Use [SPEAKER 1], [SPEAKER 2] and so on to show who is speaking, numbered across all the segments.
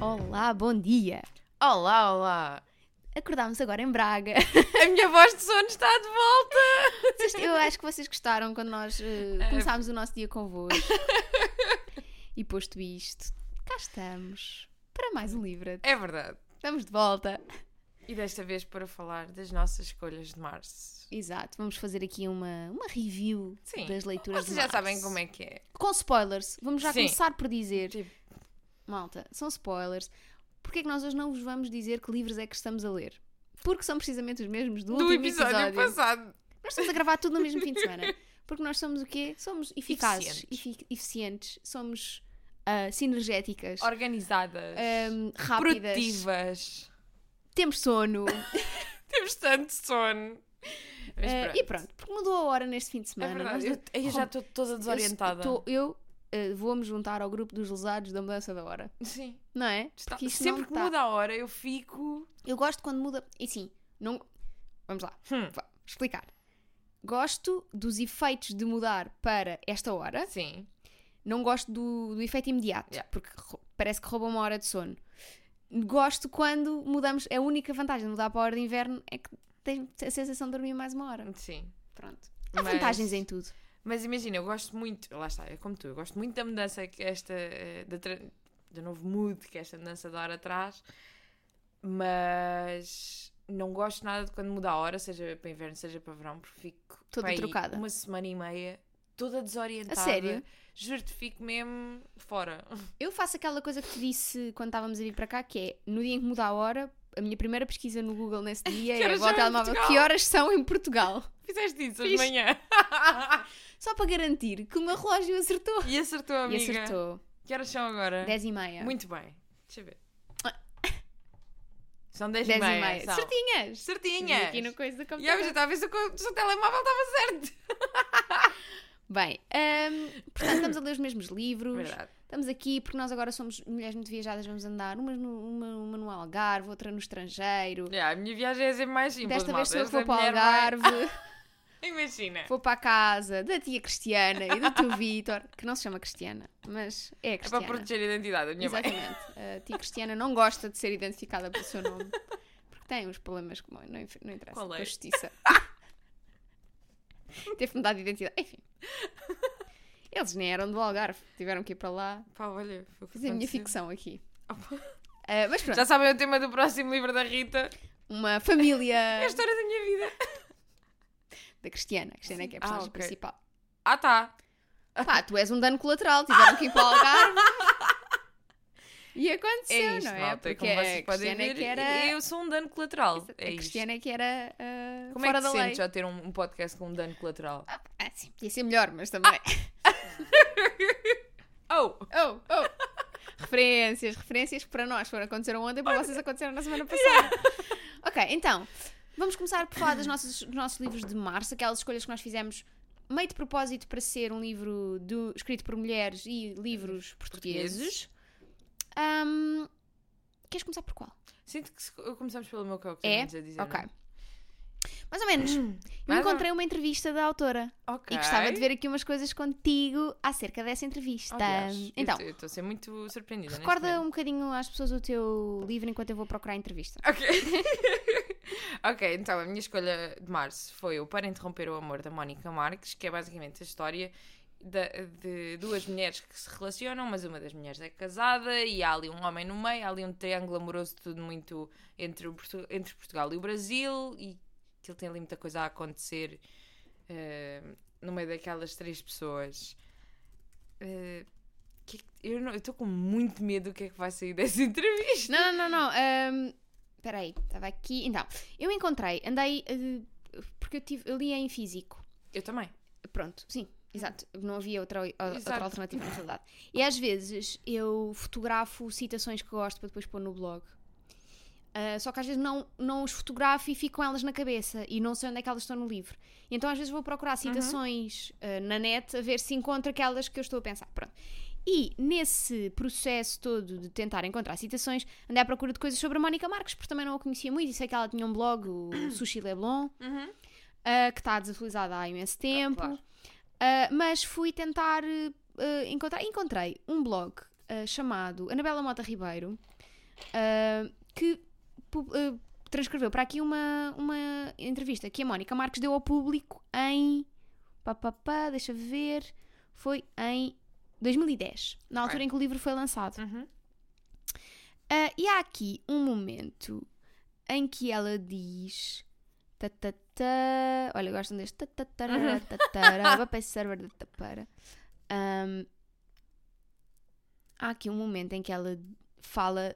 [SPEAKER 1] Olá, bom dia!
[SPEAKER 2] Olá, olá!
[SPEAKER 1] Acordámos agora em Braga.
[SPEAKER 2] A minha voz de sono está de volta!
[SPEAKER 1] Vocês- Eu acho que vocês gostaram quando nós eh,
[SPEAKER 2] É.
[SPEAKER 1] começámos o nosso dia convosco. E posto isto, cá estamos para mais um livro.
[SPEAKER 2] É verdade.
[SPEAKER 1] Estamos de volta.
[SPEAKER 2] E desta vez para falar das nossas escolhas de março.
[SPEAKER 1] Exato, vamos fazer aqui uma, uma review
[SPEAKER 2] Sim.
[SPEAKER 1] das leituras
[SPEAKER 2] Vocês já sabem como é que é.
[SPEAKER 1] Com spoilers, vamos já
[SPEAKER 2] Sim.
[SPEAKER 1] começar por dizer.
[SPEAKER 2] Tipo-
[SPEAKER 1] Malta, são spoilers. Porquê é que nós hoje não vos vamos dizer que livros é que estamos a ler? Porque são precisamente os mesmos do,
[SPEAKER 2] Do
[SPEAKER 1] último
[SPEAKER 2] episódio, passado.
[SPEAKER 1] Nós estamos a gravar tudo no mesmo fim de semana. Porque nós somos o quê? Somos eficazes, efi- eficientes, somos ah, sinergéticas,
[SPEAKER 2] Organizadas.
[SPEAKER 1] ahm, rápidas,
[SPEAKER 2] produtivas.
[SPEAKER 1] temos sono.
[SPEAKER 2] Temos tanto sono. Mas
[SPEAKER 1] ah, e pronto, porque mudou a hora neste fim de
[SPEAKER 2] É
[SPEAKER 1] semana. nós
[SPEAKER 2] verdade. Eu, eu já estou toda desorientada.
[SPEAKER 1] Eu, estou- eu, ah, vou-me juntar ao grupo dos lesados da mudança da hora.
[SPEAKER 2] Sim.
[SPEAKER 1] Não é?
[SPEAKER 2] Está-
[SPEAKER 1] Porque isto
[SPEAKER 2] Sempre
[SPEAKER 1] não
[SPEAKER 2] que
[SPEAKER 1] tá-
[SPEAKER 2] muda a hora eu fico.
[SPEAKER 1] Eu gosto quando muda. E sim, não. Vamos lá,
[SPEAKER 2] Hum.
[SPEAKER 1] vá, explicar. Gosto dos efeitos de mudar para esta hora.
[SPEAKER 2] Sim.
[SPEAKER 1] Não gosto do, do efeito imediato,
[SPEAKER 2] Yeah.
[SPEAKER 1] porque rou- parece que rouba uma hora de sono. Gosto quando mudamos. é A única vantagem de mudar para a hora de inverno é que tens a sensação de dormir mais uma hora.
[SPEAKER 2] Sim.
[SPEAKER 1] Pronto. Há
[SPEAKER 2] Mas-
[SPEAKER 1] vantagens em tudo.
[SPEAKER 2] Mas imagina, eu gosto muito, lá está, é como tu, eu gosto muito da mudança que esta, eh, da tra- do novo mood que esta mudança da hora traz, mas não gosto nada de quando muda a hora, seja para inverno, seja para verão, porque fico
[SPEAKER 1] Toda
[SPEAKER 2] pá, aí
[SPEAKER 1] trocada.
[SPEAKER 2] uma semana e meia toda desorientada.
[SPEAKER 1] A sério?
[SPEAKER 2] Juro-te, fico mesmo fora.
[SPEAKER 1] Eu faço aquela coisa que te disse quando estávamos a vir para cá, que é no dia em que muda a hora, a minha primeira pesquisa no Google nesse dia
[SPEAKER 2] Que
[SPEAKER 1] é
[SPEAKER 2] horas
[SPEAKER 1] vou ao
[SPEAKER 2] são em
[SPEAKER 1] telemóvel.
[SPEAKER 2] Portugal?
[SPEAKER 1] Que horas são em Portugal?
[SPEAKER 2] Fizeste isso
[SPEAKER 1] Fiz.
[SPEAKER 2] hoje de manhã.
[SPEAKER 1] Só para garantir que o meu relógio acertou.
[SPEAKER 2] e acertou, amiga.
[SPEAKER 1] E acertou.
[SPEAKER 2] Que horas são agora?
[SPEAKER 1] 10 e meia. Ah.
[SPEAKER 2] Muito bem. Deixa eu ver. São 10
[SPEAKER 1] 10
[SPEAKER 2] e meia. são.
[SPEAKER 1] Certinhas.
[SPEAKER 2] Certinhas.
[SPEAKER 1] Aqui no coisa do
[SPEAKER 2] E eu já
[SPEAKER 1] computador.
[SPEAKER 2] estava a ver se o co- se o telemóvel estava certo.
[SPEAKER 1] Bem, hum, portanto estamos a ler os mesmos livros.
[SPEAKER 2] Verdade.
[SPEAKER 1] Estamos aqui porque nós agora somos mulheres muito viajadas, vamos andar umas no, uma, uma no Algarve, outra no estrangeiro.
[SPEAKER 2] Yeah, a minha viagem é sempre mais simples.
[SPEAKER 1] Desta vez
[SPEAKER 2] malta.
[SPEAKER 1] sou eu que vou
[SPEAKER 2] Esta
[SPEAKER 1] para o
[SPEAKER 2] é mulher vai-
[SPEAKER 1] Algarve,
[SPEAKER 2] Imagina.
[SPEAKER 1] vou para a casa da tia Cristiana e do tio Vítor, que não se chama Cristiana, mas é a
[SPEAKER 2] É para
[SPEAKER 1] Cristiana.
[SPEAKER 2] proteger a identidade da minha mãe.
[SPEAKER 1] Exatamente. A tia Cristiana não gosta de ser identificada pelo seu nome. Porque tem uns problemas que não, inf- não interessa.
[SPEAKER 2] Qual é?
[SPEAKER 1] Com a justiça. Teve mudado de identidade. Enfim. Eles nem eram do Algarve. Tiveram que ir para lá.
[SPEAKER 2] Pá, olha, foi o que
[SPEAKER 1] Fazer a minha
[SPEAKER 2] aconteceu.
[SPEAKER 1] ficção aqui.
[SPEAKER 2] Ah, pá.
[SPEAKER 1] Ah, mas pronto.
[SPEAKER 2] Já sabem o tema do próximo livro da Rita?
[SPEAKER 1] Uma família
[SPEAKER 2] É a história da minha vida.
[SPEAKER 1] da Cristiana. A Cristiana é que é a
[SPEAKER 2] Ah,
[SPEAKER 1] personagem
[SPEAKER 2] ok.
[SPEAKER 1] principal.
[SPEAKER 2] Ah, tá.
[SPEAKER 1] Pá, tu és um dano colateral. Tiveram que ir para o Algarve. E aconteceu,
[SPEAKER 2] É isto,
[SPEAKER 1] não é?
[SPEAKER 2] malta.
[SPEAKER 1] Porque
[SPEAKER 2] Como vocês
[SPEAKER 1] a
[SPEAKER 2] podem
[SPEAKER 1] Cristiana é
[SPEAKER 2] ver,
[SPEAKER 1] que era...
[SPEAKER 2] eu sou um dano colateral. É
[SPEAKER 1] a
[SPEAKER 2] isto.
[SPEAKER 1] Cristiana é que era ah,
[SPEAKER 2] Como
[SPEAKER 1] fora
[SPEAKER 2] é que
[SPEAKER 1] da
[SPEAKER 2] te
[SPEAKER 1] lei.
[SPEAKER 2] sentes ao ter um, um podcast com um dano colateral?
[SPEAKER 1] Ah, sim, podia ser melhor, mas também.
[SPEAKER 2] Oh!
[SPEAKER 1] Oh, oh! Referências, referências que para nós foram aconteceram ontem, para vocês aconteceram na semana passada. Ok, então, vamos começar por falar dos nossos, dos nossos livros de março, aquelas escolhas que nós fizemos meio de propósito para ser um livro do- escrito por mulheres e livros portugueses. Ahm, queres começar por qual?
[SPEAKER 2] Sinto que se- começamos pelo meu que é o que
[SPEAKER 1] É?
[SPEAKER 2] tenho a dizer.
[SPEAKER 1] Ok.
[SPEAKER 2] não
[SPEAKER 1] Mais ou menos. Eu
[SPEAKER 2] Hum, Mais ou-
[SPEAKER 1] encontrei uma entrevista da autora
[SPEAKER 2] é? Ok.
[SPEAKER 1] e gostava de ver aqui umas coisas contigo acerca dessa entrevista.
[SPEAKER 2] Aliás,
[SPEAKER 1] então,
[SPEAKER 2] Eu estou a ser muito surpreendida. neste
[SPEAKER 1] Recorda
[SPEAKER 2] momento.
[SPEAKER 1] um bocadinho às pessoas o teu livro enquanto eu vou procurar a entrevista.
[SPEAKER 2] Ok. ok, então a minha escolha de março foi o Para Interromper o Amor da Mónica Marques, que é basicamente a história da- de duas mulheres que se relacionam, mas uma das mulheres é casada e há ali um homem no meio, há ali um triângulo amoroso, tudo muito entre, o Portu- entre Portugal e o Brasil, e que ele tem ali muita coisa a acontecer eh, no meio daquelas três pessoas. Eh, que é que- eu não- eu estou com muito medo do que é que vai sair dessa entrevista.
[SPEAKER 1] Não, não, não, não. ehm, ahm, Espera aí, estava aqui. Então, eu encontrei, andei. eh, porque eu, tive, eu li em físico.
[SPEAKER 2] Eu também.
[SPEAKER 1] Pronto, sim, exato. Não havia outra, o- outra
[SPEAKER 2] Exato.
[SPEAKER 1] alternativa na realidade. E às vezes eu fotografo citações que gosto para depois pôr no blog. Ah, só que às vezes não, não os fotografo e fico com elas na cabeça e não sei onde é que elas estão no livro. Então às vezes vou procurar citações ah, na net a ver se encontro aquelas que eu estou a pensar. Pronto. E nesse processo todo de tentar encontrar citações, andei à procura de coisas sobre a Mónica Marques, porque também não a conhecia muito e sei que ela tinha um blog, o Sushi Leblon,
[SPEAKER 2] Uhum.
[SPEAKER 1] ah, que está desatualizada há imenso tempo.
[SPEAKER 2] claro.
[SPEAKER 1] Ah, mas fui tentar ah, encontrar. Encontrei um blog ah, chamado Anabela Mota Ribeiro, ah, que pu- ah, transcreveu para aqui uma, uma entrevista que a Mónica Marques deu ao público em. Pá, pá, pá, deixa ver. Foi em 2010, na altura
[SPEAKER 2] Ok.
[SPEAKER 1] em que o livro foi lançado.
[SPEAKER 2] Uhum.
[SPEAKER 1] Ah, e há aqui um momento em que ela diz. Ta, ta, ta, olha, gostam deste. Ta, ta, tarara, ta, tarara, vai para esse server da tapara. Ahm, há aqui um momento em que ela fala.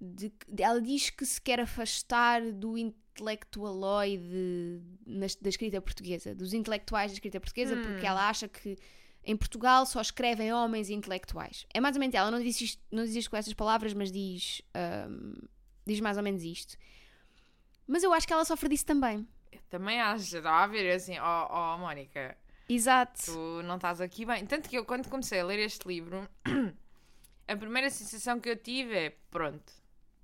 [SPEAKER 1] De, que- de- ela diz que se quer afastar do intelectualoide na es- da escrita portuguesa, dos intelectuais da escrita portuguesa,
[SPEAKER 2] Hum.
[SPEAKER 1] porque ela acha que em Portugal só escrevem homens intelectuais. É mais ou menos ela, não diz isto, não diz isto com essas palavras, mas diz, ahm, diz mais ou menos isto. Mas eu acho que ela sofre disso também.
[SPEAKER 2] Eu também acho, estava a ver assim, ó oh, Mónica,
[SPEAKER 1] Exato.
[SPEAKER 2] tu não estás aqui bem. Tanto que eu, quando comecei a ler este livro, a primeira sensação que eu tive é: pronto,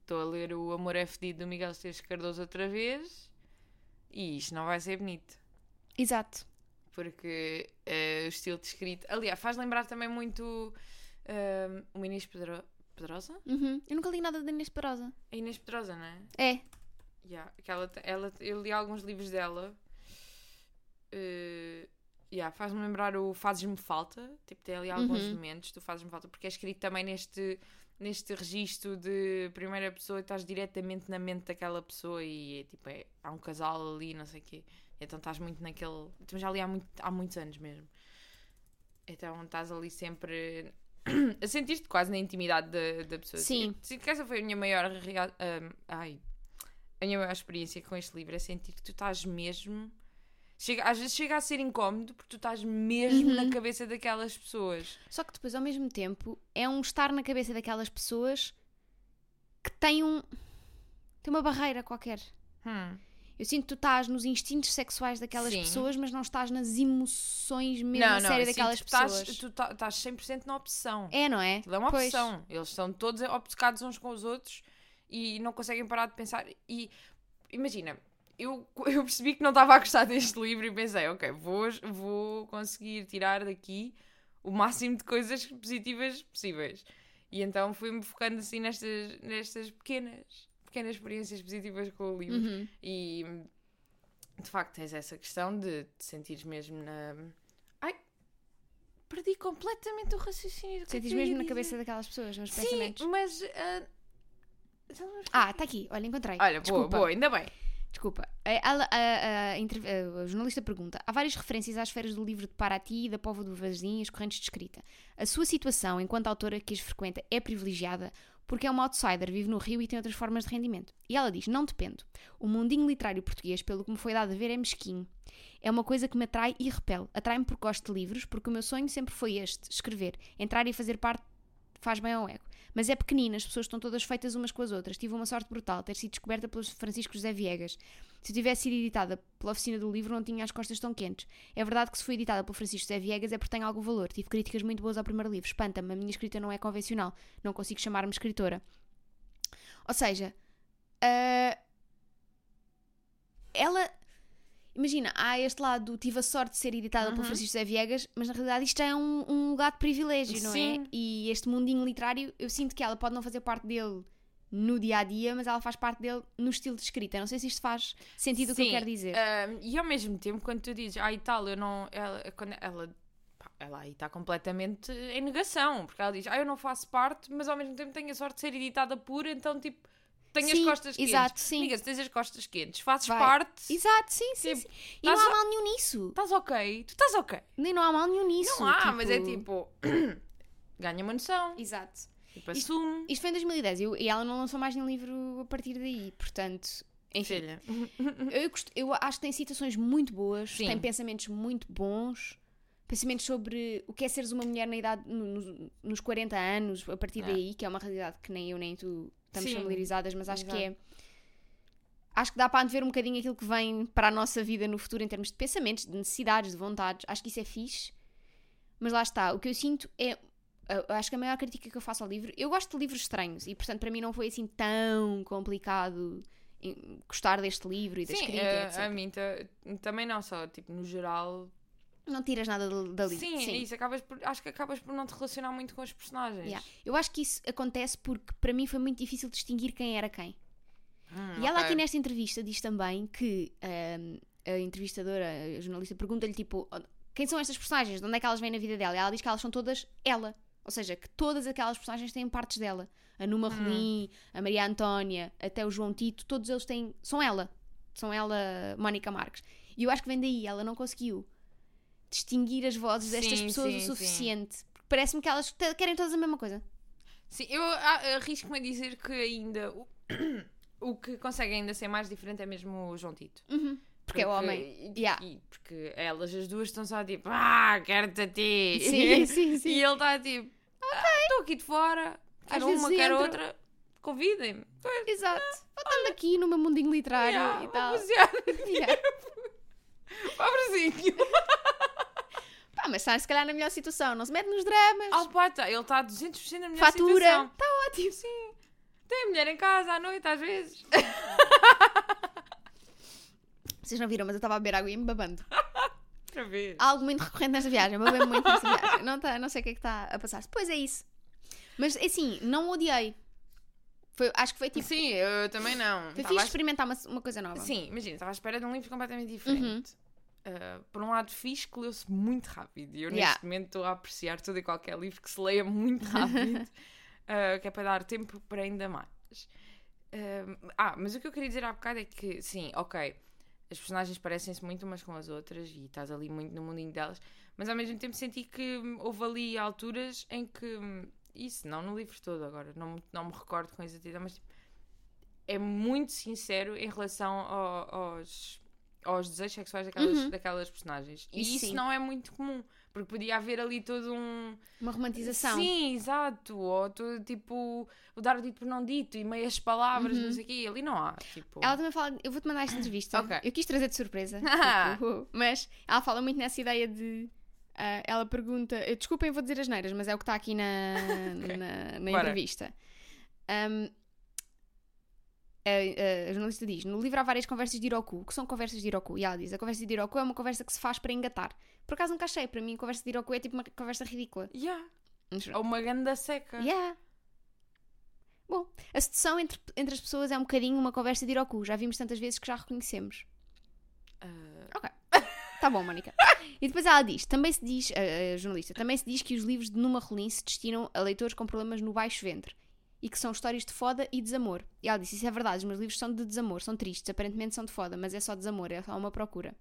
[SPEAKER 2] estou a ler O Amor é Fedido do Miguel Esteves Cardoso outra vez e isto não vai ser bonito.
[SPEAKER 1] Exato.
[SPEAKER 2] Porque eh, o estilo de escrito. Aliás, faz lembrar também muito eh, o Inês Pedro... Pedrosa?
[SPEAKER 1] Uhum. Eu nunca li nada da Inês Perosa.
[SPEAKER 2] A Inês Pedrosa, não é?
[SPEAKER 1] É.
[SPEAKER 2] Yeah, que ela, te- ela, eu li alguns livros dela. eh, yeah, faz-me lembrar o Fazes-me Falta. Tipo, tem ali alguns
[SPEAKER 1] Uhum.
[SPEAKER 2] momentos do Fazes-me Falta, porque é escrito também neste, neste registro de primeira pessoa e estás diretamente na mente daquela pessoa e é tipo, é, há um casal ali, não sei o quê. Então estás muito naquele. Então já li há, muito, há muitos anos mesmo. Então estás ali sempre a sentir-te quase na intimidade da, da pessoa.
[SPEAKER 1] Sim.
[SPEAKER 2] Eu Sinto que essa foi a minha maior. rea- ahm, ai. A minha maior experiência com este livro é sentir que tu estás mesmo. Chega, às vezes chega a ser incómodo porque tu estás mesmo na cabeça daquelas pessoas.
[SPEAKER 1] Só que depois, ao mesmo tempo, é um estar na cabeça daquelas pessoas que têm um. tem uma barreira qualquer.
[SPEAKER 2] Hum.
[SPEAKER 1] Eu sinto que tu estás nos instintos sexuais daquelas
[SPEAKER 2] Sim.
[SPEAKER 1] pessoas, mas não estás nas emoções mesmo a sério
[SPEAKER 2] eu sinto
[SPEAKER 1] daquelas
[SPEAKER 2] que
[SPEAKER 1] pessoas.
[SPEAKER 2] Estás, tu tá- estás 100% na opção.
[SPEAKER 1] É, não é?
[SPEAKER 2] Aquilo é uma
[SPEAKER 1] Pois.
[SPEAKER 2] opção. Eles estão todos obcecados uns com os outros e não conseguem parar de pensar. E imagina, eu, eu percebi que não estava a gostar deste livro e pensei, ok, vou, vou conseguir tirar daqui o máximo de coisas positivas possíveis. E então fui-me focando assim nestas, nestas pequenas, pequenas experiências positivas com o livro.
[SPEAKER 1] Uhum.
[SPEAKER 2] E de facto tens essa questão de te sentires mesmo na. Ai! Perdi completamente o raciocínio. do que
[SPEAKER 1] Sentes
[SPEAKER 2] eu
[SPEAKER 1] mesmo
[SPEAKER 2] ia
[SPEAKER 1] na
[SPEAKER 2] dizer.
[SPEAKER 1] cabeça daquelas pessoas, nos
[SPEAKER 2] Sim,
[SPEAKER 1] pensamentos.
[SPEAKER 2] mas. ah, sabes-
[SPEAKER 1] Ah, está aqui. Olha, encontrei.
[SPEAKER 2] Olha, boa,
[SPEAKER 1] Desculpa.
[SPEAKER 2] boa, ainda bem.
[SPEAKER 1] Desculpa. Eh, A, a- a- a entrev- a jornalista pergunta: há várias referências às feiras do livro de Paraty e da Póvoa do Varzim e as correntes de escrita. A sua situação, enquanto autora que as frequenta, é privilegiada porque é uma outsider, vive no Rio e tem outras formas de rendimento. E ela diz: não dependo. O mundinho literário português, pelo que me foi dado a ver, é mesquinho. É uma coisa que me atrai e repele. Atrai-me porque gosto de livros, porque o meu sonho sempre foi este: escrever, entrar e fazer parte faz bem ao ego. Mas é pequenina, as pessoas estão todas feitas umas com as outras. Tive uma sorte brutal, ter sido descoberta pelo Francisco José Viegas. Se eu tivesse sido editada pela oficina do livro, não tinha as costas tão quentes. É verdade que se fui editada pelo Francisco José Viegas é porque tem algum valor. Tive críticas muito boas ao primeiro livro. Espanta-me, a minha escrita não é convencional. Não consigo chamar-me escritora. Ou seja, ah, ela. Imagina, há este lado do tive a sorte de ser editada pelo
[SPEAKER 2] Uhum.
[SPEAKER 1] Francisco José Viegas, mas na realidade isto já é um, um lugar de privilégio, não é?
[SPEAKER 2] Sim.
[SPEAKER 1] E este mundinho literário, eu sinto que ela pode não fazer parte dele no dia a dia, mas ela faz parte dele no estilo de escrita. Não sei se isto faz sentido o que eu
[SPEAKER 2] Sim,
[SPEAKER 1] quero dizer.
[SPEAKER 2] ah, e ao mesmo tempo, quando tu dizes, ai tal, eu não. Ela, quando ela, pá, ela aí está completamente em negação, porque ela diz, ah, eu não faço parte, mas ao mesmo tempo tenho a sorte de ser editada por, então tipo, tenho
[SPEAKER 1] Sim,
[SPEAKER 2] as costas quentes.
[SPEAKER 1] exato, sim.
[SPEAKER 2] Amiga, se tens as costas quentes, fazes
[SPEAKER 1] Vai.
[SPEAKER 2] parte.
[SPEAKER 1] Exato, sim, sim,
[SPEAKER 2] Tipo,
[SPEAKER 1] sim. E não
[SPEAKER 2] estás
[SPEAKER 1] há
[SPEAKER 2] a-
[SPEAKER 1] mal nenhum nisso.
[SPEAKER 2] Estás ok? Tu estás ok?
[SPEAKER 1] Nem não há mal nenhum nisso.
[SPEAKER 2] Não há, mas é tipo. ganha uma noção.
[SPEAKER 1] Exato.
[SPEAKER 2] Tipo, assume.
[SPEAKER 1] Isto foi em 2010 eu- e ela não lançou mais nenhum livro a partir daí, portanto. Enfim,
[SPEAKER 2] Filha.
[SPEAKER 1] eu, gost- eu acho que tem citações muito boas,
[SPEAKER 2] Sim.
[SPEAKER 1] tem pensamentos muito bons, pensamentos sobre o que é seres uma mulher na idade, no- nos, nos 40 anos, a partir
[SPEAKER 2] É.
[SPEAKER 1] daí, que é uma realidade que nem eu nem tu estamos
[SPEAKER 2] Sim.
[SPEAKER 1] familiarizadas, mas acho que é.
[SPEAKER 2] Exato.
[SPEAKER 1] Acho que dá para antever um bocadinho aquilo que vem para a nossa vida no futuro em termos de pensamentos, de necessidades, de vontades. Acho que isso é fixe. Mas lá está, o que eu sinto é. eu Acho que a maior crítica que eu faço ao livro. Eu gosto de livros estranhos e, portanto, para mim não foi assim tão complicado em- gostar deste livro e da
[SPEAKER 2] Sim,
[SPEAKER 1] escrita,
[SPEAKER 2] eh,
[SPEAKER 1] etc.
[SPEAKER 2] a mim ta- também não só, tipo, no geral,
[SPEAKER 1] Não tiras nada dali. dali.
[SPEAKER 2] Sim, isso acabas por, acho que acabas por não te relacionar muito com os personagens.
[SPEAKER 1] Yeah. Eu acho que isso acontece porque para mim foi muito difícil distinguir quem era quem.
[SPEAKER 2] Hum,
[SPEAKER 1] E ela
[SPEAKER 2] ok.
[SPEAKER 1] aqui nesta entrevista diz também que ahm, a entrevistadora, a jornalista, pergunta-lhe tipo quem são estas personagens, de onde é que elas vêm na vida dela? E ela diz que elas são todas ela. Ou seja, que todas aquelas personagens têm partes dela. A Numa
[SPEAKER 2] Hum.
[SPEAKER 1] Rolim, a Maria Antónia, até o João Tito, todos eles têm. são ela. São ela, Mónica Marques. E eu acho que vem daí, ela não conseguiu distinguir as vozes destas
[SPEAKER 2] Sim,
[SPEAKER 1] pessoas
[SPEAKER 2] sim, sim.
[SPEAKER 1] o suficiente. Porque Parece-me que elas te- querem todas a mesma coisa.
[SPEAKER 2] Sim, eu a- arrisco-me a dizer que ainda o, o que consegue ainda ser mais diferente é mesmo o João Tito.
[SPEAKER 1] Porque é homem.
[SPEAKER 2] E,
[SPEAKER 1] Yeah.
[SPEAKER 2] e- porque elas as duas estão só tipo, ah, quero-te a ti.
[SPEAKER 1] Sim, sim, sim.
[SPEAKER 2] E ele está tipo, "Ah, estou aqui de fora, quero
[SPEAKER 1] vezes
[SPEAKER 2] uma, quero
[SPEAKER 1] entro."
[SPEAKER 2] outra, convidem-me.
[SPEAKER 1] Exato. Voltando aqui no meu mundinho literário
[SPEAKER 2] Yeah,
[SPEAKER 1] e
[SPEAKER 2] vou
[SPEAKER 1] tal.
[SPEAKER 2] passear.
[SPEAKER 1] Yeah.
[SPEAKER 2] Pobrezinho.
[SPEAKER 1] Pá, mas está se calhar na melhor situação. Não se mete nos dramas.
[SPEAKER 2] Oh, pá, tá, ele está a 200% na melhor
[SPEAKER 1] fatura.
[SPEAKER 2] situação.
[SPEAKER 1] Está ótimo.
[SPEAKER 2] Sim. Tem a mulher em casa à noite, às vezes.
[SPEAKER 1] Vocês não viram, mas eu estava a beber água e me babando.
[SPEAKER 2] Outra vez.
[SPEAKER 1] Há algo muito recorrente nesta viagem. Eu bebo muito nesta viagem. Não, tá, não sei o que é que está a passar. Pois é isso. Mas assim, não odiei. Foi, acho que foi tipo.
[SPEAKER 2] Sim, eu também não. Tá
[SPEAKER 1] Foi
[SPEAKER 2] Tava
[SPEAKER 1] fixe
[SPEAKER 2] à
[SPEAKER 1] experimentar uma, uma coisa nova.
[SPEAKER 2] Sim, imagina, estava à espera de um livro completamente diferente. Uh, por um lado, fixe que leu-se muito rápido. E eu,
[SPEAKER 1] Yeah.
[SPEAKER 2] neste momento, estou a apreciar todo e qualquer livro que se leia muito rápido, uh, que é para dar tempo para ainda mais. Uh, ah, mas o que eu queria dizer há bocado é que, sim, ok, as personagens parecem-se muito umas com as outras e estás ali muito no mundinho delas, mas ao mesmo tempo senti que hum, houve ali alturas em que. hum, Isso, não no livro todo agora, não, me- não me recordo com exatidão, mas tipo, é muito sincero em relação ao- aos, aos desejos sexuais daquelas, daquelas personagens. E
[SPEAKER 1] Isso
[SPEAKER 2] isso
[SPEAKER 1] Uhum. sim.
[SPEAKER 2] não é muito comum, porque podia haver ali todo um.
[SPEAKER 1] Uma romantização.
[SPEAKER 2] Sim, exato, ou todo tipo o dar o dito por não dito e meias palavras, não sei o quê, ali não há. Tipo...
[SPEAKER 1] Uhum. Ela também fala. Eu vou-te mandar esta entrevista.
[SPEAKER 2] Ok.
[SPEAKER 1] Eu quis trazer de surpresa.
[SPEAKER 2] Ah.
[SPEAKER 1] tipo, mas ela fala muito nessa ideia de. ah, ela pergunta. eu- Desculpem, vou dizer as neiras, mas é o que está aqui na,
[SPEAKER 2] Ok.
[SPEAKER 1] na, na
[SPEAKER 2] Bora.
[SPEAKER 1] entrevista. Ahm, a, a jornalista diz: No livro há várias conversas de Iroku. O que são conversas de Iroku? E ela diz: A conversa de Iroku é uma conversa que se faz para engatar. Por acaso nunca achei. Para mim, conversa de Iroku é tipo uma conversa ridícula.
[SPEAKER 2] Yeah.
[SPEAKER 1] Mas
[SPEAKER 2] Ou uma ganda seca.
[SPEAKER 1] Yeah. Bom, a sedução entre, entre as pessoas é um bocadinho uma conversa de ir ao cu. Já vimos tantas vezes que já reconhecemos.
[SPEAKER 2] Ah,
[SPEAKER 1] Tá bom, Mónica. e depois ela diz, também se diz, a, a jornalista, também se diz que os livros de Numa Rolim se destinam a leitores com problemas no baixo ventre e que são histórias de foda e desamor. E ela disse, isso é verdade, os meus livros são de desamor, são tristes, aparentemente são de foda, mas é só desamor, é só uma procura.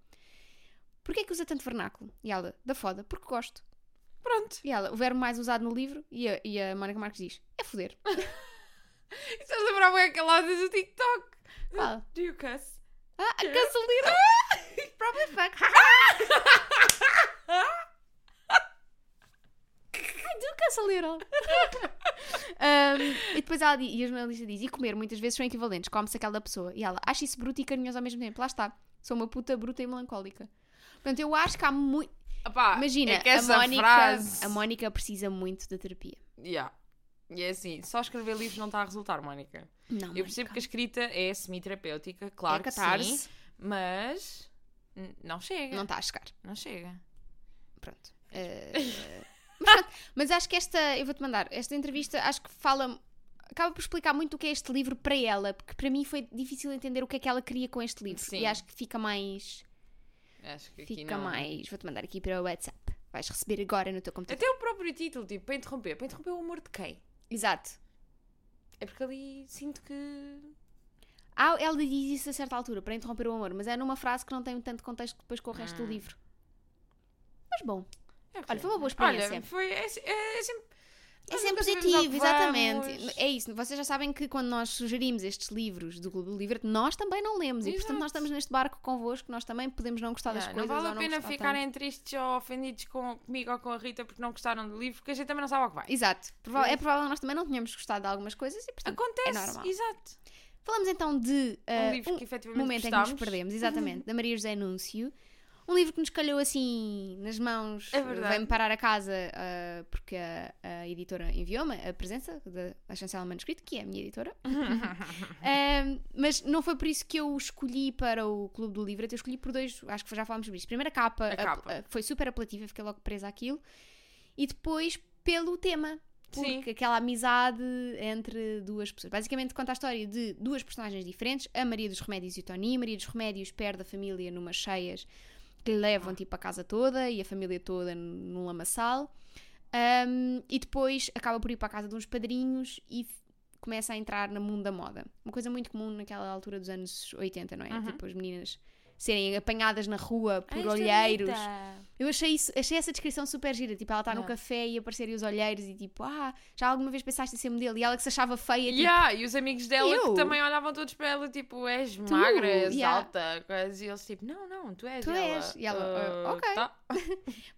[SPEAKER 1] Porquê é que usa tanto vernáculo? E ela, da foda, porque gosto.
[SPEAKER 2] pronto.
[SPEAKER 1] E ela, o verbo mais usado no livro, e a, e a Mónica Marques diz, é foder.
[SPEAKER 2] Estás a lembrar bem aquela áudio do TikTok?
[SPEAKER 1] Qual?
[SPEAKER 2] Do you cuss?
[SPEAKER 1] Ah, a gasolina! Probably fuck. I do cuss a little. Um, e depois ela diz, e a jornalista diz: e comer muitas vezes são equivalentes, come-se aquela pessoa. E ela acha isso bruto e carinhoso ao mesmo tempo. Lá está, sou uma puta bruta e melancólica. Portanto, eu acho que há muito.
[SPEAKER 2] Epá,
[SPEAKER 1] Imagina,
[SPEAKER 2] é que
[SPEAKER 1] a,
[SPEAKER 2] essa
[SPEAKER 1] Mónica,
[SPEAKER 2] frase...
[SPEAKER 1] a Mónica precisa muito da terapia.
[SPEAKER 2] Yeah. E é assim, só escrever livros não está a resultar, Mónica.
[SPEAKER 1] Não,
[SPEAKER 2] Eu percebo que a escrita é semi-terapêutica, claro
[SPEAKER 1] Oh é
[SPEAKER 2] que
[SPEAKER 1] catarse.
[SPEAKER 2] sim, mas n- não chega,
[SPEAKER 1] Não
[SPEAKER 2] não,
[SPEAKER 1] está a chegar.
[SPEAKER 2] chega.
[SPEAKER 1] Pronto. Eh, mas, pronto, mas acho que esta, eu vou-te mandar, esta entrevista acho que fala, acaba por explicar muito o que é este livro para ela, porque para mim foi difícil entender o que é que ela queria com este livro.
[SPEAKER 2] Sim.
[SPEAKER 1] E acho que fica mais,
[SPEAKER 2] Acho que aqui
[SPEAKER 1] fica
[SPEAKER 2] não...
[SPEAKER 1] mais, vou-te mandar aqui para o WhatsApp. Vais receber agora no teu computador.
[SPEAKER 2] Até o próprio título, tipo, para interromper, para interromper o amor de quem?
[SPEAKER 1] Exato.
[SPEAKER 2] É porque ali sinto que... é
[SPEAKER 1] Ah, ela diz isso a certa altura, para interromper o amor, mas é numa frase que não tem tanto contexto depois com o resto
[SPEAKER 2] Ah.
[SPEAKER 1] do livro. Mas bom,
[SPEAKER 2] É o que
[SPEAKER 1] Olha,
[SPEAKER 2] é.
[SPEAKER 1] foi uma boa experiência.
[SPEAKER 2] Olha, foi... É, é- é sempre...
[SPEAKER 1] é
[SPEAKER 2] Nós
[SPEAKER 1] sempre
[SPEAKER 2] nunca sabemos ao
[SPEAKER 1] positivo,
[SPEAKER 2] que
[SPEAKER 1] exatamente.
[SPEAKER 2] vamos.
[SPEAKER 1] É isso, vocês já sabem que quando nós sugerimos estes livros do Globo Livre, nós também não lemos e portanto
[SPEAKER 2] Exato.
[SPEAKER 1] nós estamos neste barco convosco, nós também podemos não gostar das
[SPEAKER 2] Yeah,
[SPEAKER 1] coisas.
[SPEAKER 2] não vale
[SPEAKER 1] ou
[SPEAKER 2] a pena
[SPEAKER 1] gostar
[SPEAKER 2] ficarem tristes ou ofendidos com, comigo ou com a Rita porque não gostaram do livro, porque a gente também não sabe ao que vai.
[SPEAKER 1] tanto. Exato, Prova- é provável que nós também não tenhamos gostado de algumas coisas e portanto.
[SPEAKER 2] Acontece,
[SPEAKER 1] é normal.
[SPEAKER 2] exato.
[SPEAKER 1] Falamos então de
[SPEAKER 2] Um
[SPEAKER 1] ah,
[SPEAKER 2] livro que efetivamente
[SPEAKER 1] momento em que
[SPEAKER 2] gostámos. Uhum.
[SPEAKER 1] nos perdemos, exatamente, da Maria José Núncio. um livro que nos calhou assim nas mãos.
[SPEAKER 2] É verdade.
[SPEAKER 1] Veio-me parar a casa ah, porque a, a editora enviou-me a presença da Chancela Manuscrito, que é a minha editora. Ahm, mas não foi por isso que eu o escolhi para o Clube do Livro, eu escolhi por dois, acho que já falámos sobre isto. Primeiro a capa,
[SPEAKER 2] A
[SPEAKER 1] a-
[SPEAKER 2] capa.
[SPEAKER 1] a- foi super apelativa, fiquei logo presa àquilo. E depois pelo tema.
[SPEAKER 2] Sim.
[SPEAKER 1] Porque aquela amizade entre duas pessoas. Basicamente conta a história de duas personagens diferentes, a Maria dos Remédios e o Tony. A Maria dos Remédios perde a família numas cheias que lhe levam tipo a casa toda e a família toda num lamaçal. Um, e depois acaba por ir para a casa de uns padrinhos e f- começa a entrar no mundo da moda. Uma coisa muito comum naquela altura dos anos 80, não é?
[SPEAKER 2] Uhum.
[SPEAKER 1] Tipo as meninas serem apanhadas na rua
[SPEAKER 2] É
[SPEAKER 1] por olheiros. Eu achei, isso, achei essa descrição super gira. Tipo, ela está no
[SPEAKER 2] Yeah.
[SPEAKER 1] café e aparecerem os olheiros e tipo, ah, já alguma vez pensaste em ser modelo? E ela que se achava feia, tipo,
[SPEAKER 2] Yeah, e os amigos dela
[SPEAKER 1] Eu?
[SPEAKER 2] que também olhavam todos para ela, tipo, és magra, és
[SPEAKER 1] yeah.
[SPEAKER 2] alta, coisa, e eles tipo, não, não, tu és
[SPEAKER 1] Tu
[SPEAKER 2] ela.
[SPEAKER 1] és. E ela,
[SPEAKER 2] "Ah,
[SPEAKER 1] "Ah, ok."
[SPEAKER 2] tá."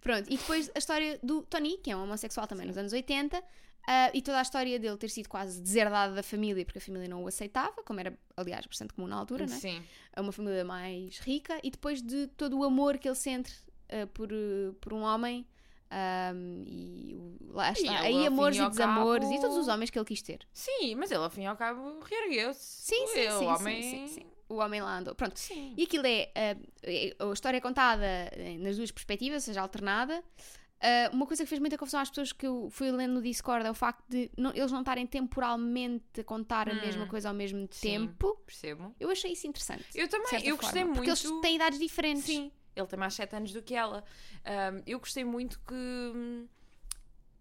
[SPEAKER 1] Pronto, e depois a história do Tony, que é um homossexual também nos anos 80, ah, e toda a história dele ter sido quase deserdado da família porque a família não o aceitava, como era, aliás, bastante comum na altura, né?
[SPEAKER 2] Sim.
[SPEAKER 1] É uma família mais rica, e depois de todo o amor que ele sente ah, por, eh, por um homem. ah, e o- lá está.
[SPEAKER 2] ele, ao
[SPEAKER 1] aí
[SPEAKER 2] fim
[SPEAKER 1] amores
[SPEAKER 2] e
[SPEAKER 1] e
[SPEAKER 2] ao
[SPEAKER 1] desamores
[SPEAKER 2] cabo-
[SPEAKER 1] e todos os homens que ele quis ter.
[SPEAKER 2] Sim, mas ele ao fim e ao cabo reergueu-se.
[SPEAKER 1] Sim, sim,
[SPEAKER 2] o
[SPEAKER 1] sim,
[SPEAKER 2] homem...
[SPEAKER 1] sim, sim, sim. O homem lá andou. Pronto,
[SPEAKER 2] Sim.
[SPEAKER 1] E aquilo é, ah, é- a história é contada eh, nas duas perspectivas, ou seja, alternada. Ah, uma coisa que fez muita confusão às pessoas que eu fui lendo no Discord é o facto de não- eles não estarem temporalmente a contar a
[SPEAKER 2] Hum.
[SPEAKER 1] mesma coisa ao mesmo
[SPEAKER 2] Sim.
[SPEAKER 1] tempo.
[SPEAKER 2] Percebo.
[SPEAKER 1] Eu achei isso interessante.
[SPEAKER 2] Eu
[SPEAKER 1] de
[SPEAKER 2] também,
[SPEAKER 1] certa
[SPEAKER 2] eu
[SPEAKER 1] forma,
[SPEAKER 2] gostei muito.
[SPEAKER 1] Porque eles têm idades diferentes.
[SPEAKER 2] Sim, ele tem mais 7 anos do que ela. Ahm, eu gostei muito que, hum,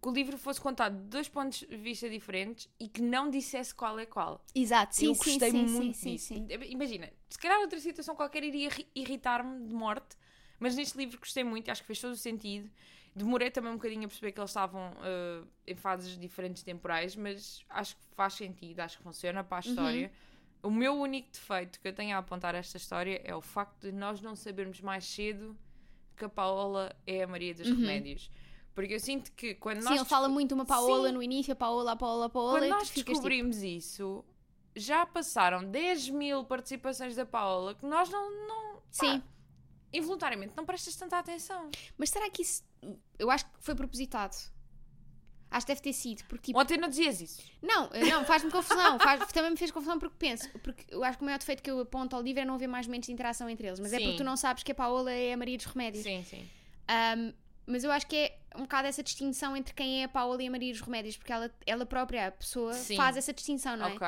[SPEAKER 2] que o livro fosse contado de dois pontos de vista diferentes e que não dissesse qual é qual.
[SPEAKER 1] Exato, sim,
[SPEAKER 2] eu
[SPEAKER 1] sim,
[SPEAKER 2] gostei
[SPEAKER 1] sim,
[SPEAKER 2] muito
[SPEAKER 1] sim,
[SPEAKER 2] disso.
[SPEAKER 1] sim, sim.
[SPEAKER 2] Imagina, se calhar outra situação qualquer iria ri- irritar-me de morte, mas neste livro gostei muito, acho que fez todo o sentido. Demorei também um bocadinho a perceber que eles estavam ah, em fases diferentes temporais, mas acho que faz sentido, acho que funciona para a
[SPEAKER 1] Uhum.
[SPEAKER 2] história. O meu único defeito que eu tenho a apontar a esta história é o facto de nós não sabermos mais cedo que a Paola é a Maria dos Remédios. Porque eu sinto que quando
[SPEAKER 1] Uhum. Sim,
[SPEAKER 2] nós
[SPEAKER 1] ele fala
[SPEAKER 2] desco-
[SPEAKER 1] muito uma Paola no início, a Paola, a Paola, a Paola.
[SPEAKER 2] quando
[SPEAKER 1] e tu
[SPEAKER 2] nós
[SPEAKER 1] ficas tipo,
[SPEAKER 2] descobrimos isso, já passaram 10 mil participações da Paola que nós não, não
[SPEAKER 1] Sim.
[SPEAKER 2] involuntariamente não prestas tanta atenção.
[SPEAKER 1] Mas será que isso. Eu acho que foi propositado. Acho que deve ter sido, porque tipo.
[SPEAKER 2] Ontem não dizias isso.
[SPEAKER 1] Não, eh, não, faz-me confusão. Faz, também me fez confusão porque penso, porque eu acho que o maior defeito que eu aponto ao livro é não haver mais momentos de interação entre eles, mas é
[SPEAKER 2] Sim.
[SPEAKER 1] porque tu não sabes que a Paola é a Maria dos Remédios.
[SPEAKER 2] Sim, sim.
[SPEAKER 1] Ahm, mas eu acho que é um bocado essa distinção entre quem é a Paola e a Maria dos Remédios, porque ela, ela própria, a pessoa,
[SPEAKER 2] Sim.
[SPEAKER 1] faz essa distinção, não é?
[SPEAKER 2] Ok.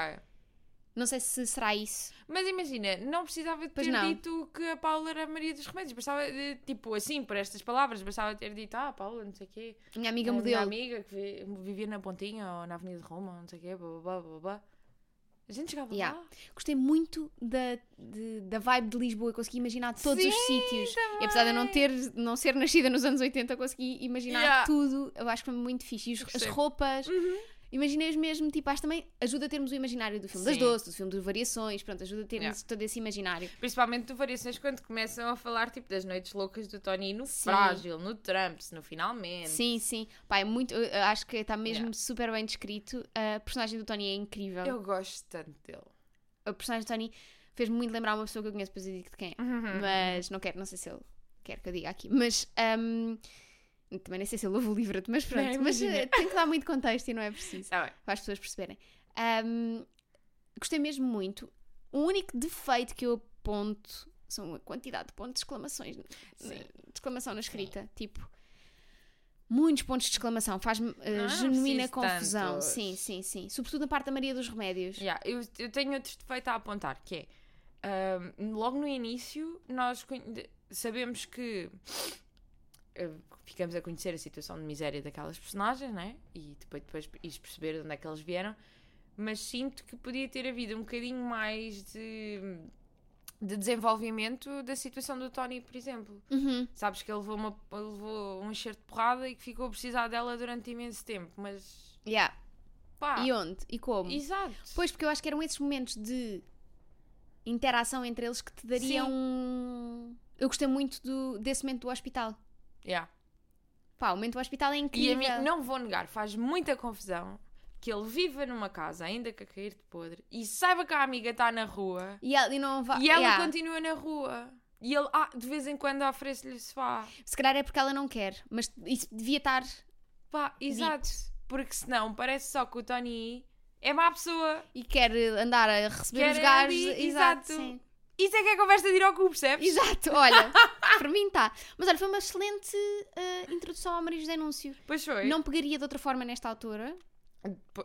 [SPEAKER 1] Não sei se será isso.
[SPEAKER 2] Mas imagina, não precisava de
[SPEAKER 1] Pois
[SPEAKER 2] ter
[SPEAKER 1] não.
[SPEAKER 2] dito que a Paula era a Maria dos Remédios. Bastava, de, tipo, assim, por estas palavras, bastava ter dito, ah, Paula, não sei o quê.
[SPEAKER 1] Minha amiga
[SPEAKER 2] a Minha
[SPEAKER 1] modelo.
[SPEAKER 2] amiga que vi- vivia na Pontinha ou na Avenida de Roma, não sei o quê, blá, blá, blá, blá, blá. A gente chegava
[SPEAKER 1] Yeah.
[SPEAKER 2] lá.
[SPEAKER 1] Gostei muito da, de- da vibe de Lisboa, consegui imaginar todos os
[SPEAKER 2] Sim,
[SPEAKER 1] sítios. E apesar de eu não, ter, não ser nascida nos anos 80, eu consegui imaginar
[SPEAKER 2] Yeah.
[SPEAKER 1] tudo. Eu acho que foi muito fixe. E os- as
[SPEAKER 2] Percebo. Uhum.
[SPEAKER 1] roupas. Imaginei os mesmo, tipo, acho também ajuda a termos o imaginário do filme das
[SPEAKER 2] Sim.
[SPEAKER 1] doces, do filme das variações, pronto, ajuda a termos
[SPEAKER 2] Yeah.
[SPEAKER 1] todo esse imaginário.
[SPEAKER 2] Principalmente do Variações, quando começam a falar, tipo, das noites loucas do Tony no
[SPEAKER 1] Sim.
[SPEAKER 2] Frágil, no Trumps, no Finalmente.
[SPEAKER 1] Sim, sim. Pá, é muito, eu- eu acho que está mesmo
[SPEAKER 2] Yeah.
[SPEAKER 1] super bem descrito. A personagem do Tony é incrível.
[SPEAKER 2] Eu gosto tanto dele.
[SPEAKER 1] A personagem do Tony fez-me muito lembrar uma pessoa que eu conheço, depois eu digo de quem é.
[SPEAKER 2] Uhum.
[SPEAKER 1] mas não quero, não sei se ele quer que eu diga aqui, mas hum, também nem sei se ele ouve o livro, mas pronto,
[SPEAKER 2] Não,
[SPEAKER 1] mas
[SPEAKER 2] imagina.
[SPEAKER 1] eh, tem que dar muito contexto e não é preciso
[SPEAKER 2] Tá bem.
[SPEAKER 1] para as pessoas perceberem. Hum, gostei mesmo muito. O único defeito que eu aponto são a quantidade de pontos de exclamações,
[SPEAKER 2] Sim.
[SPEAKER 1] de exclamação na escrita, tipo muitos pontos de exclamação, faz-me eh,
[SPEAKER 2] Não, não
[SPEAKER 1] genuína
[SPEAKER 2] preciso
[SPEAKER 1] confusão.
[SPEAKER 2] tantos.
[SPEAKER 1] Sim, sim, sim. Sobretudo na parte da Maria dos Remédios.
[SPEAKER 2] Yeah, eu, eu tenho outro defeito a apontar, que é ahm, logo no início nós conhe- sabemos que eh, ficamos a conhecer a situação de miséria daquelas personagens, né? E depois, depois ires perceber de onde é que eles vieram, mas sinto que podia ter havido um bocadinho mais de, de desenvolvimento da situação do Tony, por exemplo.
[SPEAKER 1] Uhum.
[SPEAKER 2] Sabes que ele levou, uma, levou um enxerto de porrada e que ficou a precisar dela durante imenso tempo, mas
[SPEAKER 1] Yeah.
[SPEAKER 2] pá,
[SPEAKER 1] E onde? E como?
[SPEAKER 2] exato.
[SPEAKER 1] Pois, porque eu acho que eram esses momentos de interação entre eles que te dariam. um- Eu gostei muito do- desse momento do hospital.
[SPEAKER 2] Yeah.
[SPEAKER 1] Pá, o momento do hospital é
[SPEAKER 2] E a
[SPEAKER 1] incrível.
[SPEAKER 2] mim, não vou negar, faz muita confusão que ele viva numa casa, ainda que a cair de podre, e saiba que a amiga está na rua
[SPEAKER 1] E ela e não vai.
[SPEAKER 2] e ela
[SPEAKER 1] yeah.
[SPEAKER 2] continua na rua. E ele, ah, de vez em quando oferece-lhe sofá.
[SPEAKER 1] Se calhar é porque ela não quer, mas isso devia estar.
[SPEAKER 2] Pá, exato. Porque senão parece só que o Tony é má pessoa.
[SPEAKER 1] E quer andar a receber
[SPEAKER 2] Quer
[SPEAKER 1] os
[SPEAKER 2] é
[SPEAKER 1] gajos.
[SPEAKER 2] ali, exato.
[SPEAKER 1] sim.
[SPEAKER 2] Isso é que é conversa de ir ao cu, percebes?
[SPEAKER 1] Exato, olha, para mim está. Mas olha, foi uma excelente ah, introdução ao Maria José Anúncio.
[SPEAKER 2] Pois foi.
[SPEAKER 1] Não pegaria de outra forma nesta altura.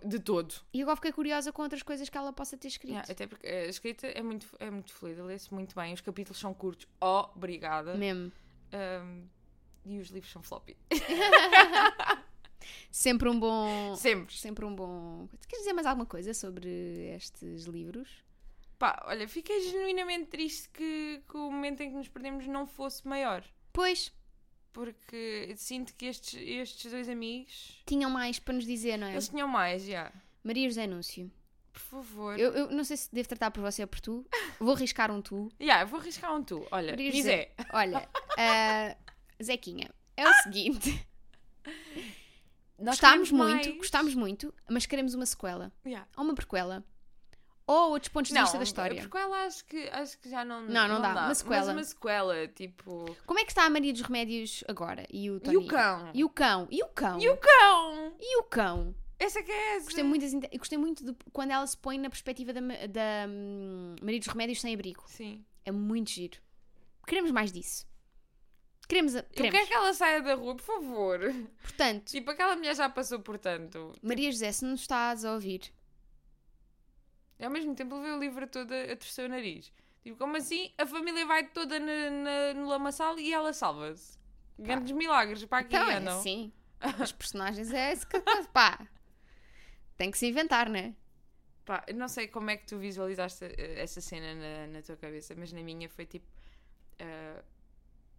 [SPEAKER 2] De todo.
[SPEAKER 1] E agora fiquei curiosa com outras coisas que ela possa ter escrito.
[SPEAKER 2] Yeah, até porque eh, a escrita é muito, é muito fluida, lê-se muito bem, os capítulos são curtos, obrigada.
[SPEAKER 1] Mesmo.
[SPEAKER 2] Ahm, e os livros são floppy.
[SPEAKER 1] Sempre um bom.
[SPEAKER 2] Sempre.
[SPEAKER 1] Sempre um bom. Queres dizer mais alguma coisa sobre estes livros?
[SPEAKER 2] Pá, olha, fiquei genuinamente triste que, que o momento em que nos perdemos não fosse maior.
[SPEAKER 1] Pois,
[SPEAKER 2] Porque sinto que estes, estes dois amigos.
[SPEAKER 1] tinham mais para nos dizer, não é?
[SPEAKER 2] Eles tinham mais, já.
[SPEAKER 1] Maria José Núcio.
[SPEAKER 2] Por favor.
[SPEAKER 1] Eu, eu não sei se devo tratar por você ou por tu. Vou arriscar um tu.
[SPEAKER 2] Yeah, eu vou arriscar um tu. Olha,
[SPEAKER 1] Maria
[SPEAKER 2] e
[SPEAKER 1] José.
[SPEAKER 2] Zé.
[SPEAKER 1] Olha, ah, Zequinha, é o seguinte.
[SPEAKER 2] Nós
[SPEAKER 1] gostámos
[SPEAKER 2] queremos
[SPEAKER 1] muito,
[SPEAKER 2] mais.
[SPEAKER 1] gostámos muito, mas queremos uma sequela.
[SPEAKER 2] Yeah.
[SPEAKER 1] Ou uma prequela. Ou outros pontos de
[SPEAKER 2] Não,
[SPEAKER 1] vista da história.
[SPEAKER 2] porque ela acho que, acho que já não.
[SPEAKER 1] não dá. Uma
[SPEAKER 2] Mas
[SPEAKER 1] sequela.
[SPEAKER 2] uma sequela, tipo.
[SPEAKER 1] Como é que está a Maria dos Remédios agora? E o, Tony?
[SPEAKER 2] E o cão?
[SPEAKER 1] E o cão? E o cão?
[SPEAKER 2] E o cão?
[SPEAKER 1] E o cão?
[SPEAKER 2] Essa é que é essa.
[SPEAKER 1] Gostei muito, das inte- eu gostei muito de- quando ela se põe na perspectiva da, ma- da hum, Maria dos Remédios sem abrigo.
[SPEAKER 2] Sim.
[SPEAKER 1] É muito giro. Queremos mais disso. Queremos. a-
[SPEAKER 2] Eu
[SPEAKER 1] queremos.
[SPEAKER 2] quero que ela saia da rua, por favor.
[SPEAKER 1] Portanto,
[SPEAKER 2] Tipo, aquela mulher já passou por tanto.
[SPEAKER 1] Maria José, se nos estás a ouvir,
[SPEAKER 2] E ao mesmo tempo levei o livro todo a a torcer o nariz. Tipo, como assim? A família vai toda na, na- no lamaçal e ela salva-se. Grandes milagres para aqui
[SPEAKER 1] então é
[SPEAKER 2] andam.
[SPEAKER 1] assim. Os personagens é esse que. pá! Tem que se inventar, né?
[SPEAKER 2] Pá, eu não sei como é que tu visualizaste eh, essa cena na, na tua cabeça, mas na minha foi tipo eh,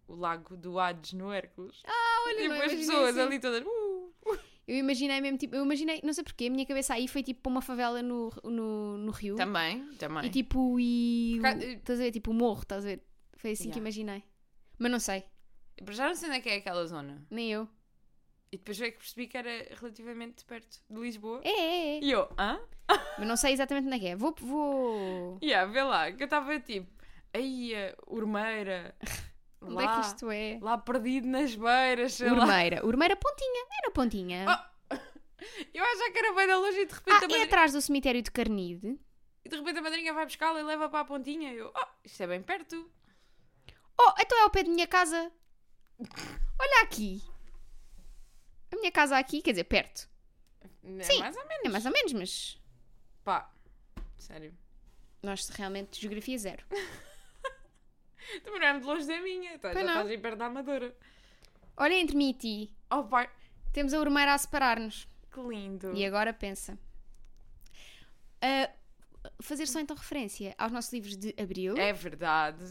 [SPEAKER 2] o lago do Hades no Hércules. Ah,
[SPEAKER 1] olha,
[SPEAKER 2] Tipo,
[SPEAKER 1] não
[SPEAKER 2] as
[SPEAKER 1] imaginei
[SPEAKER 2] pessoas
[SPEAKER 1] assim.
[SPEAKER 2] ali todas. "Uh,
[SPEAKER 1] Eu imaginei mesmo, tipo, eu imaginei, não sei porquê, a minha cabeça aí foi tipo para uma favela no, no, no Rio.
[SPEAKER 2] Também, também.
[SPEAKER 1] E tipo, e.
[SPEAKER 2] Por ca-
[SPEAKER 1] o- Estás a ver? Tipo, o morro, estás a ver? Foi assim que
[SPEAKER 2] Yeah.
[SPEAKER 1] imaginei. Mas não sei,
[SPEAKER 2] Já não sei onde é que é aquela zona.
[SPEAKER 1] nem eu.
[SPEAKER 2] E depois veio que percebi que era relativamente perto de Lisboa.
[SPEAKER 1] É, é, é.
[SPEAKER 2] E eu, hã?
[SPEAKER 1] Mas não sei exatamente onde é que é. Vou. vou...
[SPEAKER 2] Yeah, vê lá, que eu estava tipo, aí, Urmeira,
[SPEAKER 1] Onde é
[SPEAKER 2] lá,
[SPEAKER 1] que isto é?
[SPEAKER 2] lá perdido nas beiras, sei lá.
[SPEAKER 1] Urmeira. Urmeira Pontinha. Era Pontinha.
[SPEAKER 2] Ah, Eu acho que era bem da longe e de repente,
[SPEAKER 1] ah,
[SPEAKER 2] a
[SPEAKER 1] é
[SPEAKER 2] madrinha,
[SPEAKER 1] atrás do cemitério de Carnide.
[SPEAKER 2] e de repente a madrinha vai buscá-la e leva para a pontinha. Eu, oh, isto é bem perto.
[SPEAKER 1] Oh, então é ao pé da minha casa. Olha aqui. A minha casa aqui, quer dizer, perto.
[SPEAKER 2] É
[SPEAKER 1] Sim.
[SPEAKER 2] mais ou menos.
[SPEAKER 1] É mais ou menos, mas
[SPEAKER 2] Pá, sério.
[SPEAKER 1] nós realmente geografia zero.
[SPEAKER 2] Também não é muito longe da minha, tá, já
[SPEAKER 1] Pois não.
[SPEAKER 2] estás aí perto da Amadora.
[SPEAKER 1] Olha entre mim e ti.
[SPEAKER 2] Oh, pá,
[SPEAKER 1] Temos a Urmeira a separar-nos.
[SPEAKER 2] que lindo.
[SPEAKER 1] E agora pensa. Ah, fazer só então referência aos nossos livros de Abril,
[SPEAKER 2] É verdade.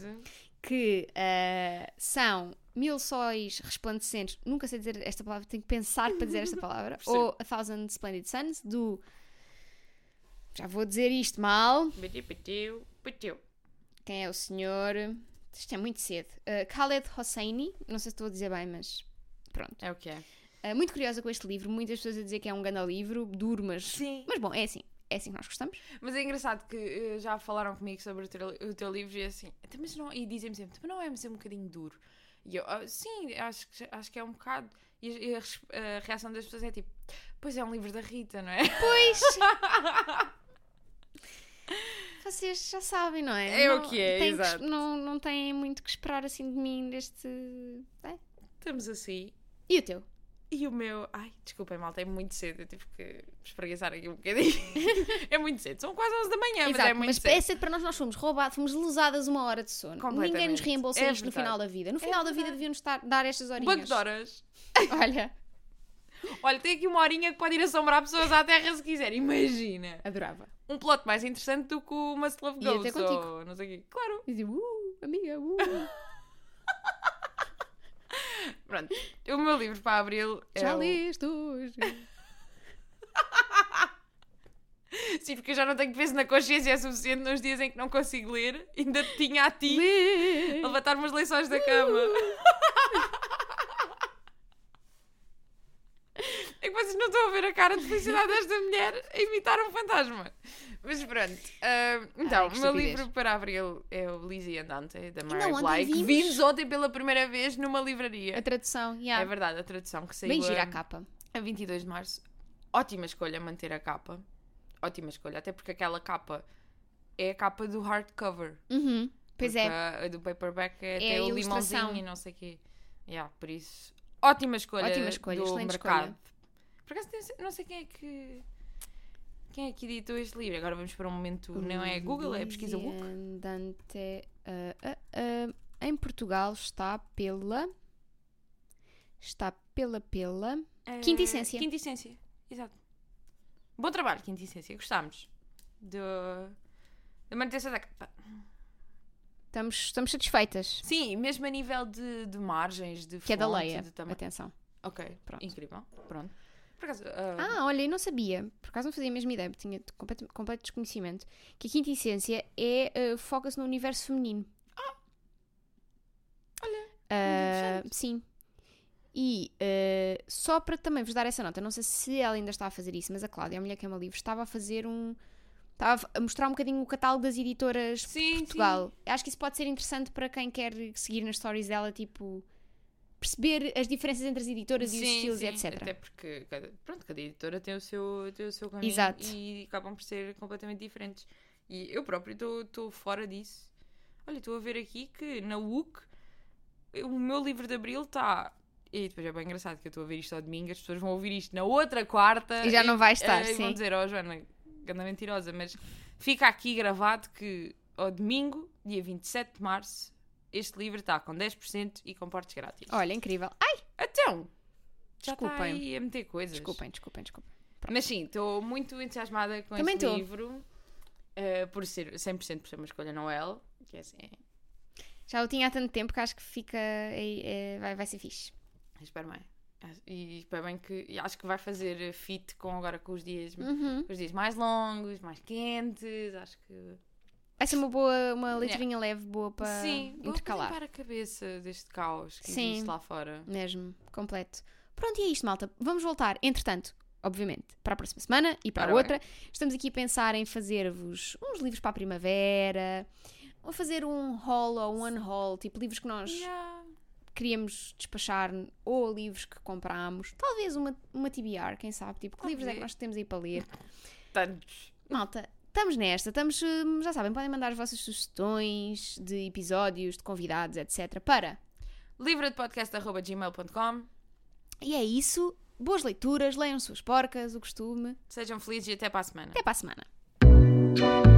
[SPEAKER 1] que ah, são Mil Sóis Resplandecentes, nunca sei dizer esta palavra, tenho que pensar para dizer esta palavra,
[SPEAKER 2] Percebo.
[SPEAKER 1] ou A Thousand Splendid Suns, do... Já vou dizer isto mal,
[SPEAKER 2] Piti, pitiu, pitiu.
[SPEAKER 1] quem é o senhor? Isto é muito cedo. Ah, Khaled Hosseini, não sei se estou a dizer bem, mas pronto.
[SPEAKER 2] É o que é.
[SPEAKER 1] Ah, muito curiosa com este livro, muitas pessoas a dizer que é um grande livro, durmas.
[SPEAKER 2] Sim.
[SPEAKER 1] Mas bom, é assim, é assim que nós gostamos.
[SPEAKER 2] Mas é engraçado que eh, já falaram comigo sobre o teu, o teu livro e assim, "Então, mas não, e dizem-me sempre, "Mas não é ser um bocadinho duro. E eu, "Ah, sim, acho que, acho que é um bocado. E a, e a res- a reação das pessoas é tipo, pois é um livro da Rita, não é?
[SPEAKER 1] Pois! Vocês já sabem, não é?
[SPEAKER 2] É o
[SPEAKER 1] Não-
[SPEAKER 2] que é,
[SPEAKER 1] têm que
[SPEAKER 2] exato.
[SPEAKER 1] es- não, não têm muito que esperar assim de mim neste. é?
[SPEAKER 2] Estamos assim.
[SPEAKER 1] E o teu?
[SPEAKER 2] E o meu, ai, desculpem, malta, é muito cedo, eu tive que espreguiçar aqui um bocadinho. é muito cedo, são quase 11 da manhã, mas
[SPEAKER 1] Exato,
[SPEAKER 2] é muito
[SPEAKER 1] mas
[SPEAKER 2] cedo.
[SPEAKER 1] é cedo para nós, nós fomos roubados, fomos lesadas uma hora de sono. Ninguém nos
[SPEAKER 2] Completamente.
[SPEAKER 1] reembolsa
[SPEAKER 2] É
[SPEAKER 1] isto no
[SPEAKER 2] verdade.
[SPEAKER 1] final da vida. No final da vida
[SPEAKER 2] verdade.
[SPEAKER 1] deviam-nos dar, dar estas
[SPEAKER 2] Banco
[SPEAKER 1] horinhas.
[SPEAKER 2] de horas.
[SPEAKER 1] Olha,
[SPEAKER 2] Olha, tem aqui uma horinha que pode ir assombrar pessoas à terra se quiser, imagina.
[SPEAKER 1] adorava.
[SPEAKER 2] Um plot mais interessante do que o Must Love
[SPEAKER 1] Ia
[SPEAKER 2] Ghost
[SPEAKER 1] ter contigo.
[SPEAKER 2] ou não sei o quê. Claro.
[SPEAKER 1] E dizia, uh, amiga, uh.
[SPEAKER 2] Pronto, o meu livro para abril é
[SPEAKER 1] Já
[SPEAKER 2] o-
[SPEAKER 1] leste hoje.
[SPEAKER 2] Sim, porque eu já não tenho peso na consciência é suficiente nos dias em que não consigo ler. Ainda te tinha a ti
[SPEAKER 1] Lê.
[SPEAKER 2] a levantar umas lençóis da cama. é que vocês não estão a ver a cara de felicidade desta mulher a imitar um fantasma. Mas pronto. ah, então,
[SPEAKER 1] Ai, que
[SPEAKER 2] o meu
[SPEAKER 1] estupidez.
[SPEAKER 2] livro para abril é o Lizzie Andante, da Mary
[SPEAKER 1] ontem
[SPEAKER 2] Bly, que
[SPEAKER 1] vimos.
[SPEAKER 2] vimos ontem pela primeira vez numa livraria.
[SPEAKER 1] A tradução,
[SPEAKER 2] É
[SPEAKER 1] yeah.
[SPEAKER 2] verdade, a tradução que saiu
[SPEAKER 1] Bem gira
[SPEAKER 2] a,
[SPEAKER 1] a capa.
[SPEAKER 2] a 22 de março. Ótima escolha manter a capa. Ótima escolha, até porque aquela capa é a capa do hardcover.
[SPEAKER 1] Uhum. Pois é.
[SPEAKER 2] Porque A do paperback é,
[SPEAKER 1] É
[SPEAKER 2] até
[SPEAKER 1] a
[SPEAKER 2] o
[SPEAKER 1] ilustração.
[SPEAKER 2] limãozinho e não sei o quê. Yeah, por isso, ótima escolha,
[SPEAKER 1] Ótima escolha,
[SPEAKER 2] do
[SPEAKER 1] excelente
[SPEAKER 2] mercado. Por acaso, não sei- não sei quem é que... Quem é que editou este livro? Agora vamos para um momento... Não é Google, é pesquisa
[SPEAKER 1] Lizzie
[SPEAKER 2] Book.
[SPEAKER 1] Andante, ah, ah, ah, em Portugal está pela. Está pela pela. Quinta
[SPEAKER 2] Eh,
[SPEAKER 1] Essência.
[SPEAKER 2] Quinta Essência, exato. Bom trabalho, Quinta Essência. Gostámos do, da manutenção da capa.
[SPEAKER 1] Estamos, estamos satisfeitas.
[SPEAKER 2] Sim, mesmo a nível de, de margens, de
[SPEAKER 1] Que é da
[SPEAKER 2] fonte,
[SPEAKER 1] Leia.
[SPEAKER 2] de tamanho.
[SPEAKER 1] Atenção.
[SPEAKER 2] Ok,
[SPEAKER 1] Pronto.
[SPEAKER 2] incrível. Pronto. Por acaso, ah,
[SPEAKER 1] Ah, olha, eu não sabia. Por acaso não fazia a mesma ideia, porque tinha completo, completo desconhecimento. Que a quinta essência é. ah, foca-se no universo feminino. Ah,
[SPEAKER 2] interessante.
[SPEAKER 1] sim. E eh, só para também vos dar essa nota, não sei se ela ainda está a fazer isso, mas a Cláudia, a mulher que ama livros, estava a fazer um. Estava a mostrar um bocadinho o catálogo das editoras de
[SPEAKER 2] sim,
[SPEAKER 1] Portugal. Acho que isso pode ser interessante para quem quer seguir nas stories dela, tipo. perceber as diferenças entre as editoras e os
[SPEAKER 2] Sim,
[SPEAKER 1] estilos e
[SPEAKER 2] sim,
[SPEAKER 1] etc.
[SPEAKER 2] Até porque cada, pronto, cada editora tem o seu, tem o seu caminho
[SPEAKER 1] Exato.
[SPEAKER 2] e acabam por ser completamente diferentes. E eu próprio estou fora disso. Olha, estou a ver aqui que na UC o meu livro de Abril está. E depois é bem engraçado que eu estou a ver isto ao domingo, as pessoas vão ouvir isto na outra quarta
[SPEAKER 1] E já não vai estar,
[SPEAKER 2] eh, e vão
[SPEAKER 1] sim.
[SPEAKER 2] dizer, oh Joana, ganda mentirosa, mas fica aqui gravado que ao domingo, dia 27 de março, este livro está com 10% e com partes grátis.
[SPEAKER 1] Olha, incrível. Ai,
[SPEAKER 2] Então, já
[SPEAKER 1] Desculpem.
[SPEAKER 2] está aí a meter coisas.
[SPEAKER 1] desculpem, desculpem, desculpem.
[SPEAKER 2] Mas sim, estou muito entusiasmada com
[SPEAKER 1] Também
[SPEAKER 2] este
[SPEAKER 1] tô.
[SPEAKER 2] livro. eh, por ser 100% por ser uma escolha Noel. Que é assim,
[SPEAKER 1] Já o tinha há tanto tempo que acho que fica. é- é- vai, vai ser fixe.
[SPEAKER 2] espero bem. E espero bem que... e acho que vai fazer fit com agora com os dias...
[SPEAKER 1] Uhum.
[SPEAKER 2] Os dias mais longos, mais quentes, acho que...
[SPEAKER 1] Vai ser uma boa, uma leiturinha leve, boa para
[SPEAKER 2] Sim, vou
[SPEAKER 1] intercalar.
[SPEAKER 2] limpar a cabeça deste caos que
[SPEAKER 1] Sim.
[SPEAKER 2] existe lá fora.
[SPEAKER 1] Mesmo, completo. Pronto, e é isto, malta. Vamos voltar, entretanto, obviamente, para a próxima semana e para a
[SPEAKER 2] Ora
[SPEAKER 1] outra. Estamos aqui a pensar em fazer-vos uns livros para a primavera, ou fazer um haul ou um unhaul, tipo livros que nós
[SPEAKER 2] Yeah.
[SPEAKER 1] queríamos despachar, ou livros que comprámos. Talvez uma, uma TBR, quem sabe, tipo, que livros é que
[SPEAKER 2] Talvez.
[SPEAKER 1] nós temos aí para ler.
[SPEAKER 2] Tantos.
[SPEAKER 1] Malta, estamos nesta, estamos, hum, já sabem, podem mandar as vossas sugestões de episódios, de convidados, etc. para
[SPEAKER 2] Livro de podcast.gmail.com
[SPEAKER 1] E é isso. Boas leituras, leiam suas porcas, o costume.
[SPEAKER 2] Sejam felizes e até para a semana.
[SPEAKER 1] Até para a semana.